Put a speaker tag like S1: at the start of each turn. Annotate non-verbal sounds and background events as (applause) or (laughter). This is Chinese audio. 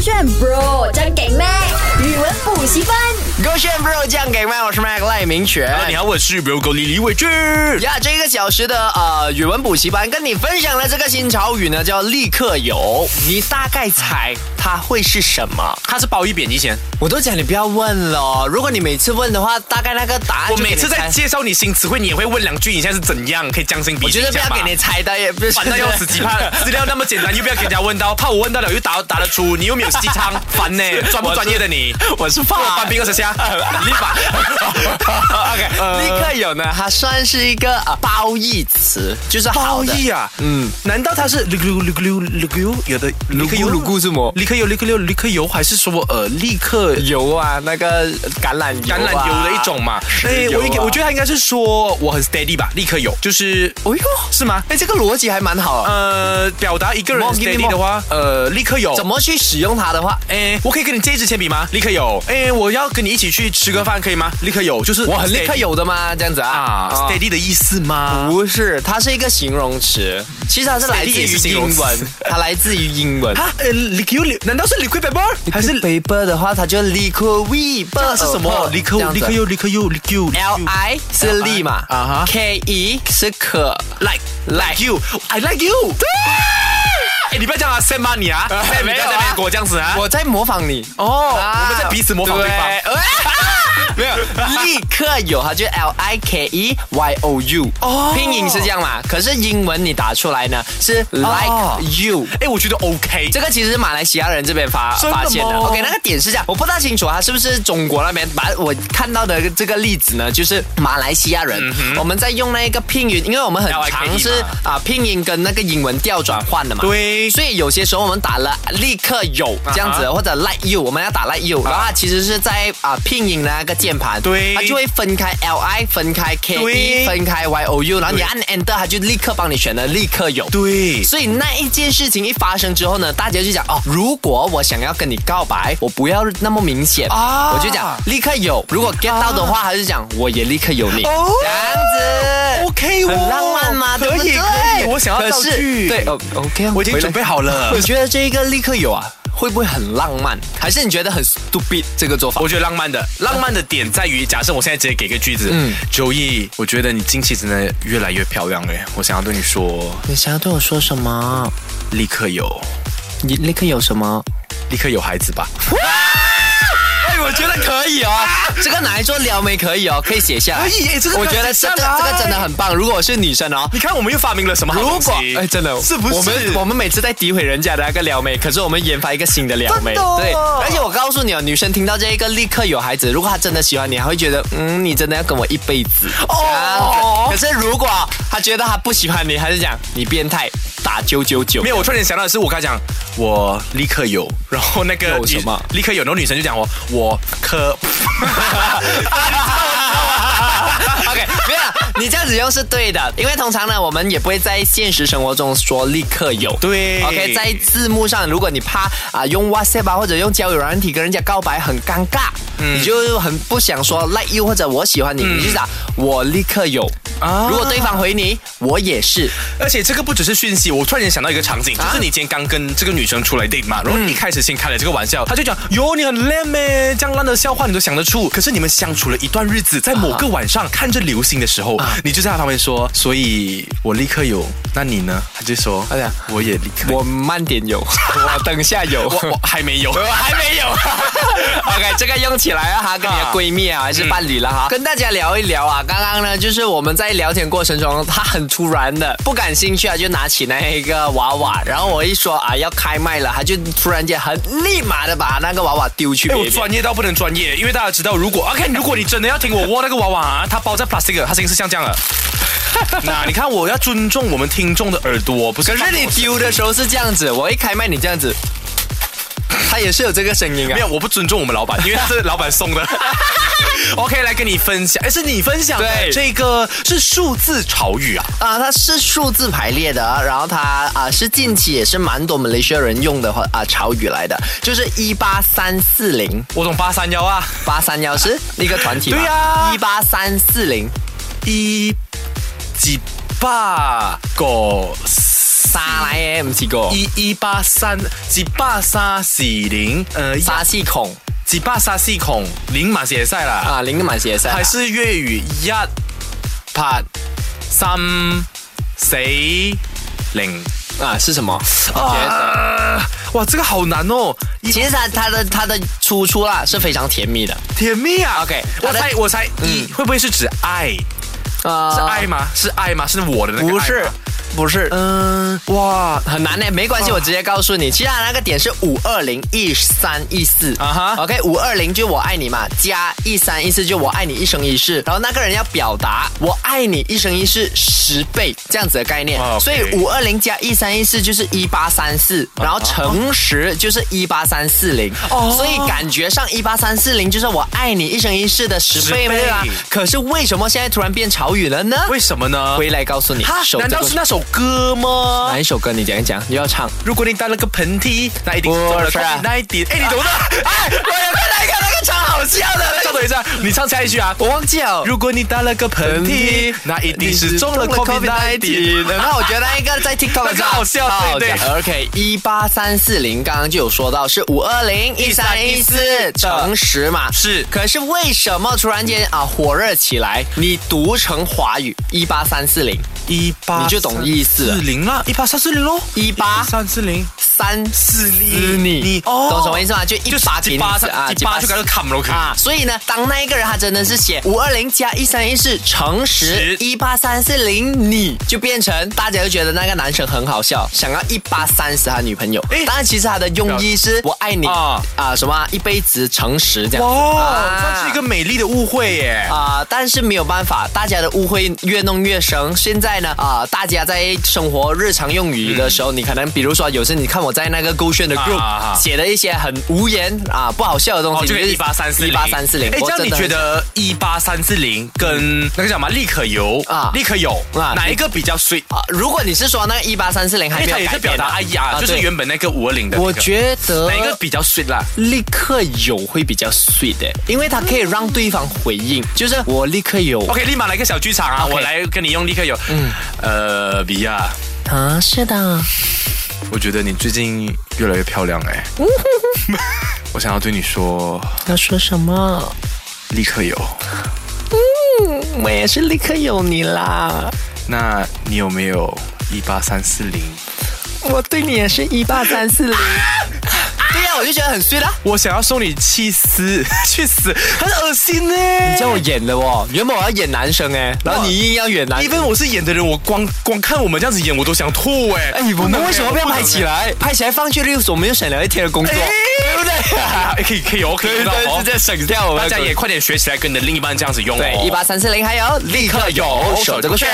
S1: 炫 Bro 真给力，语文补习班。
S2: 勾选 bro 酱给麦，我是 Mac 赖明全。
S3: 啊，你好，我是 Bro 狗李李伟俊。
S2: 呀这个小时的呃语文补习班跟你分享的这个新潮语呢，叫立刻有。你大概猜它会是什么？
S3: 他是褒义贬义先，
S2: 我都讲你不要问了，如果你每次问的话，大概那个答案
S3: 我
S2: 就给
S3: 每
S2: 你
S3: 次在
S2: 猜
S3: 介绍你新词汇，你也会问两句，你现在是怎样，可以将心比
S2: 我觉
S3: 心一
S2: 得不
S3: 下
S2: 要
S3: 吧
S2: 给你猜的，也不是
S3: 烦到要死， (laughs) 几怕资料那么简单，又不要给人家问到，怕我问到了又答答得出，你又没有西昌，烦呢，专不专业的你？
S2: 我是
S3: 帮我
S2: 怕
S3: 搬冰个车下，你把 OK，
S2: 立刻有呢，它算是一个呃褒义词，就是好
S3: 褒
S2: 的。
S3: 义啊，嗯，难道它是 look look look look look 有的立刻有
S2: 鲁固是么？
S3: 立刻有立刻有立刻有，还是说呃立刻
S2: 油啊，那个橄榄油、啊
S3: 橄榄油的一种。嘛？哎
S2: 石油啊
S3: 我应该我觉得他应该是说我很 steady 吧，立刻有，就是
S2: 哎呦，
S3: 是吗？
S2: 哎，这个逻辑还蛮好、啊。
S3: 呃，表达一个人
S2: More, give me
S3: steady
S2: more
S3: 的话，呃，立刻有。
S2: 怎么去使用它的话，
S3: 哎，我可以跟你借一支铅笔吗？立刻有。哎，我要跟你一起去吃个饭，可以吗？立刻有，就是
S2: 我很立刻
S3: steady
S2: 有的吗？这样子啊
S3: 啊，steady 的意思吗？
S2: 不是，它是一个形容词，其实它是来自
S3: Steady 也是
S2: 于
S3: 形容
S2: 英
S3: 词
S2: 文，它来自于英
S3: (laughs)
S2: 文。
S3: 啊，呃，立刻有，难道是 liquid paper 还是
S2: paper 的话，它就哦 liquid paper
S3: 是什么？立刻立刻有，立刻有，立刻有。
S2: L I 是力嘛，
S3: 啊哈
S2: ，K E 是可
S3: like like you I like you。对，你不要这样啊，Sam 骂你啊，Sam
S2: 没
S3: 你不
S2: 有啊
S3: 要在那边给我这样子啊。
S2: 我在模仿你
S3: 哦
S2: 啊
S3: 我们在彼此模仿对方。 (laughs) 没 (laughs) 有，
S2: 立刻有，它就 L I K E Y O U，
S3: 哦
S2: 拼音是这样嘛？可是英文你打出来呢是
S3: 哦
S2: like you，
S3: 哎，我觉得 OK，
S2: 这个其实是马来西亚人这边发
S3: 真的吗
S2: 发现的。OK，那个点是这样，我不大清楚啊，是不是中国那边？把我看到的这个例子呢，就是马来西亚人，
S3: 嗯
S2: 我们在用那个拼音，因为我们很
S3: LIKE
S2: 常是
S3: 嘛
S2: 啊拼音跟那个英文调转换的嘛。。
S3: 对，
S2: 所以有些时候我们打了立刻有这样子
S3: 啊
S2: 或者 like you，我们要打 like you，、然后它其实是在啊、拼音的那个键盘，
S3: 对
S2: 它就会分开 L I，分开 K E，
S3: 对
S2: 分开 Y O U，然后你按 Enter，它就立刻帮你选了立刻有。
S3: 对，
S2: 所以那一件事情一发生之后呢，大家就讲哦，如果我想要跟你告白，我不要那么明显，
S3: 啊
S2: 我就讲立刻有。如果 get 到的话，他就讲我也立刻有你，
S3: 哦
S2: 这样子
S3: OK 哦
S2: 很浪漫嘛，对
S3: 可以
S2: 不对
S3: 可以我想要造
S2: 可是
S3: 句
S2: 对哦，OK，
S3: 我已经准备好了
S2: 我觉得这个立刻有啊，会不会很浪漫？还是你觉得很 stupid 这个做法？
S3: 我觉得浪漫的，浪漫的点在于，假设我现在直接给个句子，嗯，周易，我觉得你近期真的越来越漂亮哎，我想要对你说，
S2: 你想要对我说什么？
S3: 立刻有，
S2: 你立刻有什么？
S3: 立刻有孩子吧。
S2: 哎，我觉得可以哦，这个拿来做撩妹可以哦，可以写下来。
S3: 可以哎这个
S2: 我觉得
S3: 可
S2: 这
S3: 以写
S2: 个
S3: 下来
S2: 这个真的很棒。如果我是女生哦。
S3: 你看，我们又发明了什么好
S2: 如
S3: 东
S2: 果
S3: 西？
S2: 哎，真的
S3: 是不是？
S2: 我们我们每次在诋毁人家的那个撩妹，可是我们研发一个新的撩妹，
S3: 真的哦
S2: 对。而且我告诉你哦，女生听到这一个立刻有孩子，如果她真的喜欢你，还会觉得嗯，你真的要跟我一辈子哦
S3: 哦。
S2: 可是如果她觉得她不喜欢你，还是讲你变态，打九九九
S3: 没。有，我突然想到的是，我刚才讲我立刻有，然后那个
S2: 有什
S3: 女
S2: 么
S3: 立刻有，然后女生就讲我我可
S2: (laughs) OK，没有啦，你这样子用是对的，因为通常呢，我们也不会在现实生活中说立刻有。
S3: 对
S2: OK，在字幕上，如果你怕啊、用 WhatsApp 啊或者用交友软体跟人家告白很尴尬，你就很不想说 like you 或者我喜欢你，你就打我立刻有。
S3: 啊
S2: 如果对方回你，我也是。
S3: 而且这个不只是讯息，我突然间想到一个场
S2: 啊
S3: 景，就是你今天刚跟这个女生出来 date 嘛，
S2: 嗯
S3: 然后你一开始先开了这个玩笑，她就讲哟你很烂咩，这样烂的笑话你都想得出。可是你们相处了一段日子，在某个晚上看着流星的时候，
S2: 啊
S3: 你就在她旁边说，所以我立刻有，那你呢？她就说
S2: 哎呀，
S3: 我也立刻有，
S2: 我慢点 (laughs) 有，我等下有。
S3: 我我还没有。
S2: 我还 (laughs) 没有。OK，这个用起来啊哈，跟你的闺蜜啊还是伴侣了哈，跟大家聊一聊啊。刚刚呢，就是我们在聊天过程中，他很突然的不感兴趣啊，就拿起那一个娃娃，然后我一说啊要开麦了，他就突然间很立马的把那个娃娃丢去
S3: 哎，
S2: 别
S3: 我
S2: 人。
S3: 专业到不能专业，因为大家知道，如果
S2: (laughs)
S3: OK，如果你真的要听我握那个娃娃啊，它包在 plastic，的它声音是像这样的。 (laughs) 那你看，我要尊重我们听众的耳朵，不是
S2: 可
S3: 放我
S2: 是
S3: 声音？
S2: 你丢的时候是这样子，我一开麦你这样子，他也是有这个声音啊
S3: 没。有，我不尊重我们老板，因为他是老板送 (laughs) 的。OK，来跟你分享，哎，是你分享的
S2: 对
S3: 这个是数字潮语啊，
S2: 啊、它是数字排列的，然后它啊、是近期也是蛮多马来西亚人用的话啊、潮语来的，就是一八三四零
S3: 我懂八三幺啊，
S2: 八三幺是一个团体
S3: 对呀
S2: 一八三四零
S3: 一几八个四
S2: 沙奶嘅唔似過，
S3: 一一八三一八三四零，呃，一
S2: 沙西孔
S3: 一八三四孔零嘛写晒啦，
S2: 啊，零都埋寫晒啦。
S3: 还是粤语一八三四零。
S2: 啊是什么？
S3: 啊，哇，这个好难哦，一
S2: 其实它它的它的出处啦是非常甜蜜的，
S3: 甜蜜啊。
S2: OK，
S3: 我
S2: 好的
S3: 猜我猜一会不会是指爱？
S2: 啊、
S3: 是爱吗？是爱吗？是我的那个爱吗
S2: 不是不是。
S3: 嗯，哇，
S2: 很难呢，没关系，我直接告诉你，其实它那个点是五二零一三一四
S3: 啊
S2: 啊
S3: 哈
S2: 哈，OK，五二零就我爱你嘛，加一三一四就我爱你一生一世，然后那个人要表达我爱你一生一世十倍这样子的概念
S3: 哇，，OK 哦啊
S2: 所以五二零加一三一四就是一八三四，然后乘十就是一八三四零，
S3: 哦
S2: 所以感觉上一八三四零就是我爱你一生一世的十倍
S3: 10倍
S2: 啦。可是为什么现在突然变潮语了呢？
S3: 为什么呢？
S2: 回来告诉你，
S3: 哈
S2: 守，
S3: 难
S2: 这
S3: 道
S2: 个
S3: 是那首歌吗？
S2: 哪一首歌？你讲一讲，你要唱。
S3: 如果你打了个喷嚏，那一定是中了
S2: 不是啊
S3: 那一点。哎，你懂的。 (laughs) 哎，
S2: 我有看到一个那个超好笑的，
S3: 稍等一下，你唱下一句啊。
S2: 我忘记了。
S3: 如果你打了个喷嚏
S2: 嚏，
S3: 那一定是中了 COVID-19。
S2: 那我觉得那一个在 TikTok
S3: 那个好笑对对
S2: OK，一八三四零刚刚就有说到是五二零一三一四乘十嘛，
S3: 是
S2: 可是为什么突然间啊火热起来？你读成华语一八三四零
S3: 一八，
S2: 你就懂意思了
S3: 四零啦，一八三四零喽，
S2: 一八
S3: 三四零，
S2: 三四
S3: 你
S2: 你，
S3: 哦
S2: 懂什么意思吗？就一
S3: 就是
S2: 把
S3: 一
S2: 给你
S3: 八
S2: 死啊，
S3: 一八
S2: 几
S3: 就搞到砍了，可以。
S2: 啊，所以呢，当那一个人他真的是写五二零加一三一四乘
S3: 十
S2: 十一八三四零，你就变成大家就觉得那个男生很好笑，想要一八三十他女朋友
S3: 诶。
S2: 当然，其实他的用意是我爱你
S3: 啊
S2: 啊什么啊一辈子乘十这样子。
S3: 哇
S2: 啊，
S3: 算是一个美丽的误会耶。
S2: 啊、但是没有办法，大家的误会越弄越深。现在呢，啊、大家在生活日常用语的时候，你可能比如说，有时你看我在那个勾选的
S3: 啊
S2: group、
S3: 啊啊
S2: 写的一些很无言啊、不好笑的东西，
S3: 就哦一八三四
S2: 一八三四零。
S3: 哎，
S2: 我
S3: 这样
S2: 真
S3: 你
S2: 的很嗯
S3: 觉得一八三四零跟那个叫什么立可油
S2: 啊
S3: 立可有
S2: 啊
S3: 哪一个比较 sweet？
S2: 啊，如果你是说那个一八三四零还
S3: 因为
S2: 没有
S3: 它也
S2: 改
S3: 是表
S2: 变
S3: 达
S2: 啊
S3: 哎呀，
S2: 啊
S3: 就是
S2: 对
S3: 原本那个五二零的那个。
S2: 我觉得
S3: 哪一个比较 sweet 啦？
S2: 立刻有会比较 sweet 的，因为它可以让对方回应，就是我立刻有
S3: OK，立马来个小剧场啊
S2: OK
S3: 我来跟你用立刻有。嗯，呃，比亚，
S2: 啊，是的，
S3: 我觉得你最近越来越漂亮哎、 (laughs) 我想要对你说，
S2: 要说什么？嗯
S3: 立刻有。
S2: 我也是立刻有你啦，
S3: 那你有没有一八三四零？
S2: 我对你也是一八三四
S3: (laughs)
S2: 零。对呀、我就觉得很 sweet 啊啦。
S3: 我想要送你气死， (laughs) 去死，很恶心呢、
S2: 你叫我演的哦，原本我要演男生哎，然后你硬要演男
S3: 因为我是演的人，我光光看我们这样子演，我都想吐哎、
S2: 哎，我们为什么不要拍起
S3: 来？
S2: 来？拍起来放去六所，我们又省了一天的工作，对不对？
S3: 哎 (laughs) 可以可以哦，可以
S2: 对
S3: 用到
S2: 对，
S3: 哦
S2: 直。接省掉我们
S3: 大
S2: 的
S3: 家
S2: 工作
S3: 也快点学起来跟你的另一半这样子用哦。
S2: 对，一八三四零还有立刻有
S3: 手这个圈。